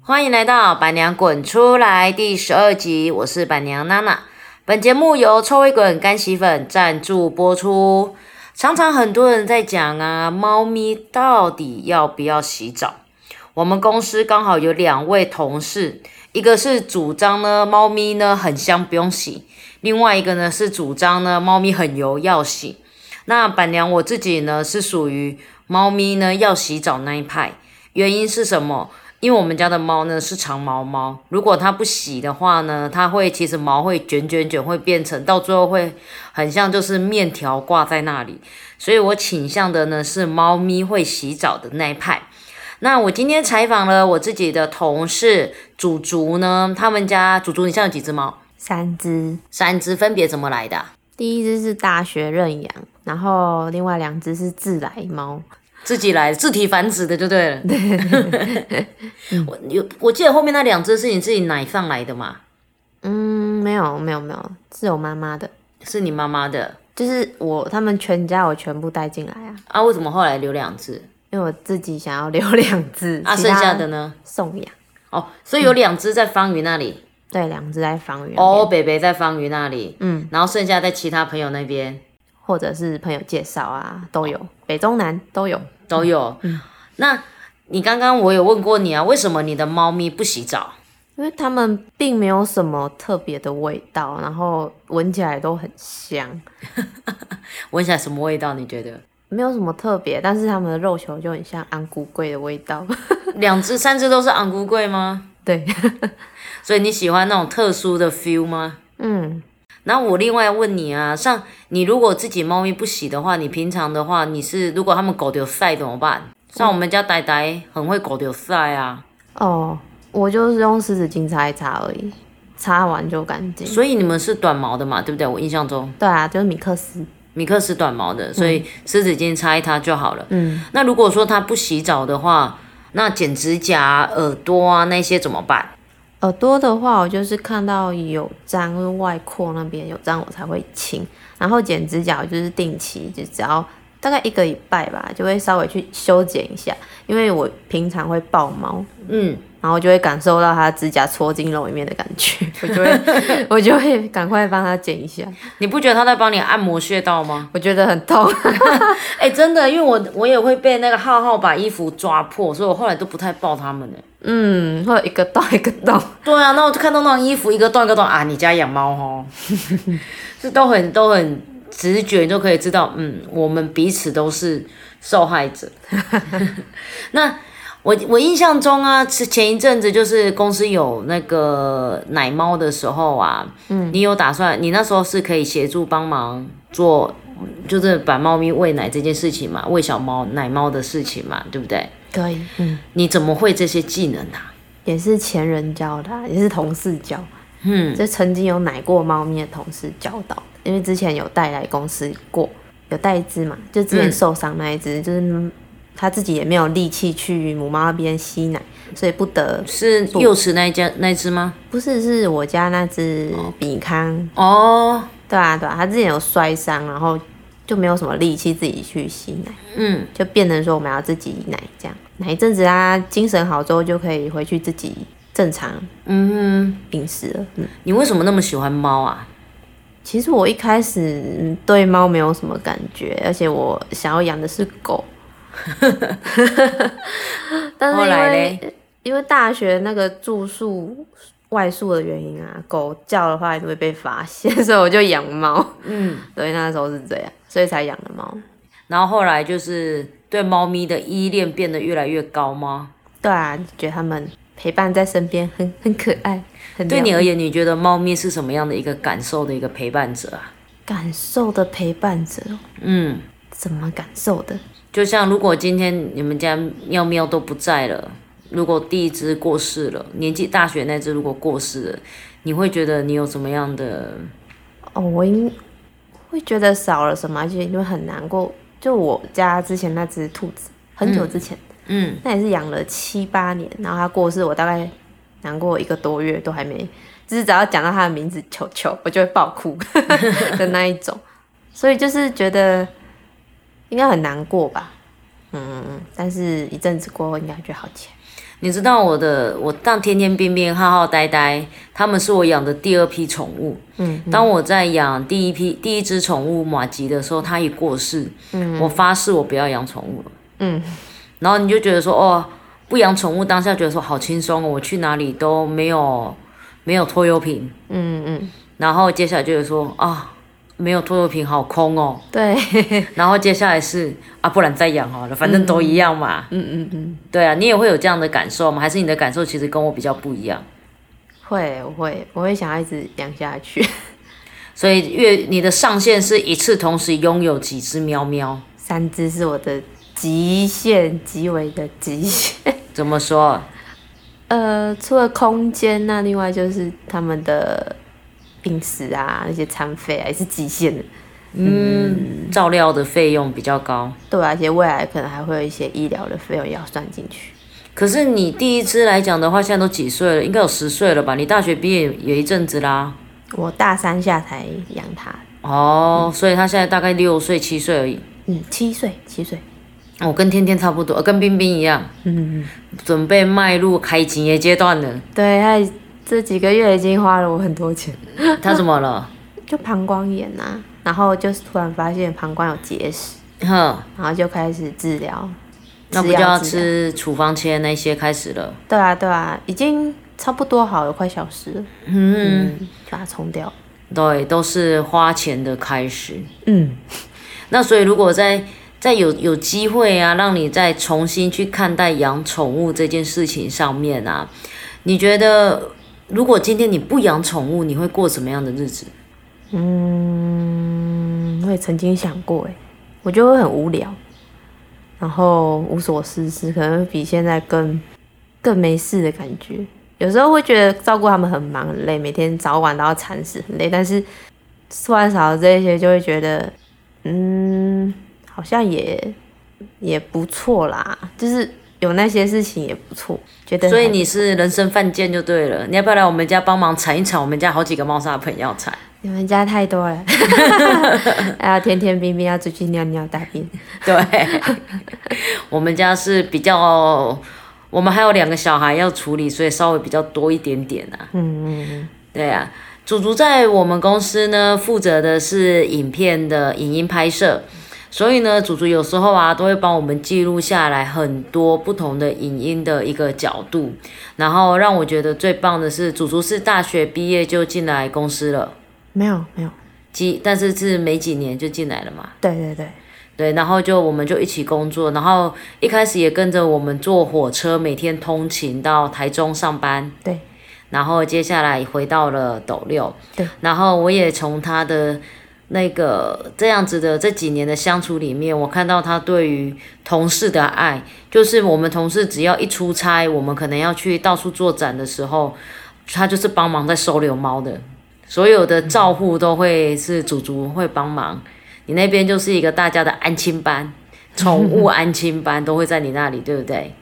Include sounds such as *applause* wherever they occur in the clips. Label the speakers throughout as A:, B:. A: 欢迎来到《板娘滚出来》第十二集，我是板娘娜娜。本节目由臭味滚干洗粉赞助播出。常常很多人在讲啊，猫咪到底要不要洗澡？我们公司刚好有两位同事，一个是主张呢，猫咪呢很香不用洗；另外一个呢是主张呢，猫咪很油要洗。那板娘我自己呢是属于猫咪呢要洗澡那一派，原因是什么？因为我们家的猫呢是长毛猫，如果它不洗的话呢，它会其实毛会卷卷卷，会变成到最后会很像就是面条挂在那里，所以我倾向的呢是猫咪会洗澡的那一派。那我今天采访了我自己的同事祖竹呢，他们家祖竹，你现在有几只猫？
B: 三只，
A: 三只，分别怎么来的啊、
B: 第一只是大学认养，然后另外两只是自来猫。
A: 自己来自体繁殖的就对了。我有，我记得后面那两只是你自己奶放来的嘛，
B: 嗯，没有没有没有，是我妈妈的，
A: 是你妈妈的
B: 就是我他们全家我全部带进来啊，
A: 啊？为什么后来留两只？
B: 因为我自己想要留两
A: *laughs*
B: 只，
A: 啊，
B: 其
A: 剩
B: 他
A: 下的呢？
B: 送养。
A: 哦，所以有两只在方瑜那里，
B: 对，两只在房源
A: 哦，北北在方瑜那里，
B: 嗯，
A: 然后剩下在其他朋友那边
B: 或者是朋友介绍啊，都有，北中南都有。
A: 都有。
B: 嗯
A: 那你刚刚我有问过你啊，为什么你的猫咪不洗澡？
B: 因为它们并没有什么特别的味道，然后闻起来都很香，
A: 闻起来什么味道？你觉得？
B: 没有什么特别，但是它们的肉球就很像安骨桂的味道。
A: 两只、三只都是昂咕贵吗？
B: 对， *laughs*
A: 所以你喜欢那种特殊的 feel 吗？
B: 嗯，
A: 然后我另外问你啊，像你如果自己猫咪不洗的话，你平常的话，你是如果它们狗丢晒怎么办？像我们家呆呆很会狗丢晒啊，
B: 哦，我就是用湿纸巾擦一擦而已，擦完就干净。
A: 所以你们是短毛的嘛，对不对？我印象中
B: 对啊，就是米克斯。
A: 米克是短毛的，所以湿纸巾擦一擦就好了。
B: 嗯，
A: 那如果说它不洗澡的话，那剪指甲啊、耳朵啊那些怎么办？
B: 耳朵的话，我就是看到有脏，就是外扩那边有脏，我才会清。然后剪指甲，我就是定期，就只要大概一个礼拜吧，就会稍微去修剪一下，因为我平常会爆毛，
A: 嗯，
B: 然后就会感受到它指甲戳进肉里面的感觉， *laughs* 我就会我就会赶快帮它剪一下，
A: 你不觉得它在帮你按摩穴道吗？
B: 我觉得很痛。 *laughs*
A: 哎、真的，因为我我也会被那个浩浩把衣服抓破，所以我后来都不太抱他们了。
B: 嗯，会有一个洞一个洞。
A: 对啊，那我就看到那种衣服一个洞一个洞啊，你家养猫哦， *laughs* 这都很都很直觉你就可以知道，嗯，我们彼此都是受害者。 *laughs* 那我我印象中啊，是前一阵子就是公司有那个奶猫的时候啊，嗯，你有打算，你那时候是可以协助帮忙做，就是把猫咪喂奶这件事情嘛，喂小猫奶猫的事情嘛，对不对？
B: 可以，嗯，
A: 你怎么会这些技能啊？
B: 也是前人教的啊、也是同事教。嗯，就曾经有奶过猫咪的同事教导的，因为之前有带来公司过，有带一只嘛，就之前受伤那一只，就是他自己也没有力气去母猫那边吸奶，所以不得
A: 是幼池那一家那一只吗？
B: 不是是我家那只比康，
A: 哦，
B: 对啊对啊，他之前有摔伤，然后就没有什么力气自己去吸奶，
A: 嗯，
B: 就变成说我们要自己奶这样，奶一阵子啊，精神好之后就可以回去自己正常嗯饮食了。嗯，
A: 你为什么那么喜欢猫啊？
B: 其实我一开始嗯对猫没有什么感觉，而且我想要养的是狗， *laughs* 但是
A: 后
B: 因
A: 来
B: 为
A: 嘞，
B: 因为大学那个住宿外宿的原因啊，狗叫的话也会被发现，所以我就养猫。 *laughs*
A: 嗯，
B: 对，那时候是这样，所以才养的猫。
A: 然后后来就是对猫咪的依恋变得越来越高吗？
B: 对啊，觉得它们陪伴在身边很很可爱，很
A: 对你
B: 疗
A: 而言，你觉得猫咪是什么样的一个感受的一个陪伴者啊？
B: 感受的陪伴者哦，
A: 嗯，
B: 怎么感受的？
A: 就像如果今天你们家喵喵都不在了，如果第一只过世了，年纪大学那只如果过世了，你会觉得你有什么样的？
B: 哦，我应会觉得少了什么，而且就很难过。就我家之前那只兔子，很久之前，
A: 嗯，
B: 那也是养了七八年，然后它过世，我大概难过一个多月都还没，就是只要讲到它的名字球球，我就会爆哭 *laughs* 的那一种。所以就是觉得应该很难过吧，嗯嗯嗯，但是一阵子过后应该就好起来。
A: 你知道我的，我当天天边边、浩浩呆呆，他们是我养的第二批宠物。
B: 嗯，
A: 当我在养第一批第一只宠物马吉的时候，它已过世。嗯，我发誓我不要养宠物了。
B: 嗯，
A: 然后你就觉得说，哦，不养宠物，当下觉得说好轻松哦，我去哪里都没有没有拖油瓶。
B: 嗯嗯，
A: 然后接下来就是说啊，没有拖油瓶好空哦。
B: 对， *laughs*
A: 然后接下来是啊，不然再养好了，反正都一样嘛。
B: 嗯嗯嗯，
A: 对啊，你也会有这样的感受吗？还是你的感受其实跟我比较不一样？
B: 会我会我会想要一直养下去，
A: 所以越你的上限是一次同时拥有几只喵喵？
B: 三只是我的极限，极为的极限。
A: 怎么说？
B: 呃，除了空间，那另外就是他们的饮食啊，那些餐费啊，也是极限的。
A: 嗯，照料的费用比较高。
B: 对啊，而且未来可能还会有一些医疗的费用也要算进去。
A: 可是你第一只来讲的话，现在都几岁了？应该有十岁了吧？你大学毕业有一阵子啦。
B: 我大三下才养它，
A: 哦，所以他现在大概六岁、七岁而已。
B: 嗯，七岁，七岁，
A: 我、跟天天差不多，呃跟冰冰一样，
B: 嗯，
A: 准备迈入开机的阶段了。
B: 对，它这几个月已经花了我很多钱，
A: 他怎么
B: *laughs*
A: 了？
B: 就膀胱炎呐、然后就是突然发现膀胱有结石，
A: 哼，
B: 然后就开始治疗，
A: 那不
B: 吃
A: 就要
B: 药治疗
A: 吃处方签那些开始了？
B: 对啊，对啊，已经差不多好了，快消失了，
A: 嗯，
B: 嗯，把它冲掉，
A: 对，都是花钱的开始。
B: 嗯，
A: 那所以如果在在有有机会啊，让你再重新去看待养宠物这件事情上面啊，你觉得如果今天你不养宠物，你会过什么样的日子？
B: 嗯，我也曾经想过，哎，我就会很无聊，然后无所事事，可能会比现在更更没事的感觉。有时候会觉得照顾他们很忙很累，每天早晚都要铲屎，很累。但是突然少了这些，就会觉得，嗯，好像也也不错啦，就是有那些事情也不错，觉得很。
A: 所以你是人生犯贱就对了。你要不要来我们家帮忙铲一铲？我们家好几个猫砂盆要铲。
B: 你们家太多了， *laughs* 还要天天冰冰要出去尿尿大便。
A: *laughs* 对，我们家是比较，我们还有两个小孩要处理，所以稍微比较多一点点啊。
B: 嗯嗯嗯，
A: 对啊，祖祖在我们公司呢，负责的是影片的影音拍摄，所以呢，祖祖有时候啊，都会帮我们记录下来很多不同的影音的一个角度。然后让我觉得最棒的是，祖祖是大学毕业就进来公司了，
B: 没有没有，
A: 几但是是没几年就进来了嘛。
B: 对对对，
A: 对，然后就我们就一起工作，然后一开始也跟着我们坐火车，每天通勤到台中上班，
B: 对，
A: 然后接下来回到了斗六，
B: 对，
A: 然后我也从他的那个这样子的这几年的相处里面，我看到他对于同事的爱，就是我们同事只要一出差，我们可能要去到处做展的时候，他就是帮忙在收留猫的，所有的照护都会是祖祖会帮忙。你那边就是一个大家的安亲班，宠物安亲班都会在你那里，对不对？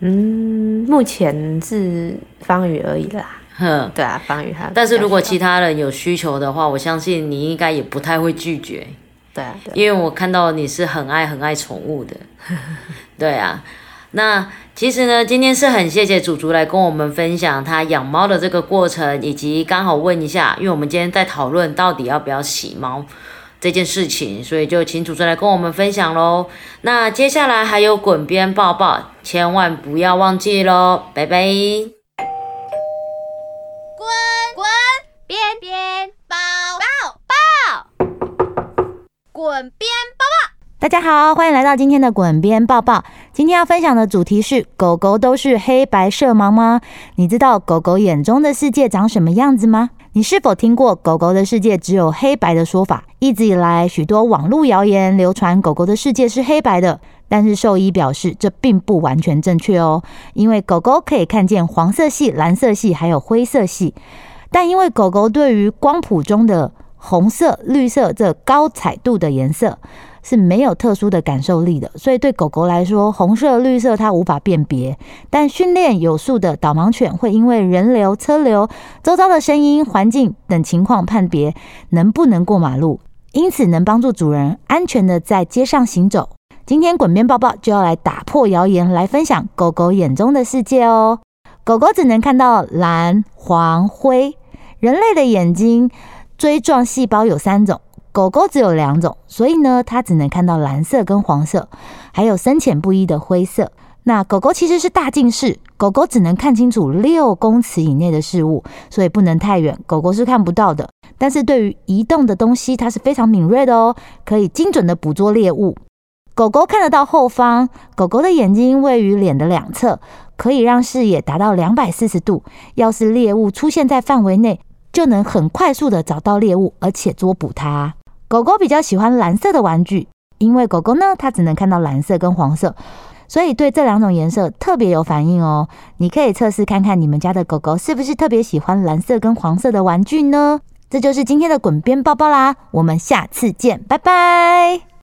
B: 嗯，目前是方宇而已啦。
A: 哼。
B: 对啊，方宇还。
A: 但是如果其他人有需求的话，我相信你应该也不太会拒绝，
B: 对啊，对啊
A: 因为我看到你是很爱很爱宠物的。对啊，那其实呢，今天是很谢谢祖祖来跟我们分享他养猫的这个过程，以及刚好问一下，因为我们今天在讨论到底要不要洗猫。这件事情，所以就请主持人来跟我们分享喽。那接下来还有滚边抱抱，千万不要忘记喽，拜拜。
C: 滚滚边边抱抱抱，滚边抱
D: 大家好，欢迎来到今天的滚边抱抱。今天要分享的主题是：狗狗都是黑白色盲吗？你知道狗狗眼中的世界长什么样子吗？你是否听过狗狗的世界只有黑白的说法？一直以来，许多网络谣言流传狗狗的世界是黑白的，但是兽医表示这并不完全正确哦，因为狗狗可以看见黄色系、蓝色系还有灰色系，但因为狗狗对于光谱中的红色、绿色这高彩度的颜色，是没有特殊的感受力的，所以对狗狗来说，红色、绿色它无法辨别。但训练有素的导盲犬会因为人流、车流、周遭的声音、环境等情况判别能不能过马路，因此能帮助主人安全的在街上行走。今天滚边抱抱就要来打破谣言，来分享狗狗眼中的世界哦。狗狗只能看到蓝、黄、灰，人类的眼睛锥状细胞有三种，狗狗只有两种，所以呢，它只能看到蓝色跟黄色，还有深浅不一的灰色。那狗狗其实是大近视，狗狗只能看清楚六公尺以内的事物，所以不能太远，狗狗是看不到的。但是对于移动的东西，它是非常敏锐的哦，可以精准的捕捉猎物。狗狗看得到后方，狗狗的眼睛位于脸的两侧，可以让视野达到两百四十度。要是猎物出现在范围内，就能很快速的找到猎物，而且捉捕它。狗狗比较喜欢蓝色的玩具，因为狗狗呢，它只能看到蓝色跟黄色，所以对这两种颜色特别有反应哦。你可以测试看看你们家的狗狗是不是特别喜欢蓝色跟黄色的玩具呢？这就是今天的滚边抱抱啦，我们下次见，拜拜。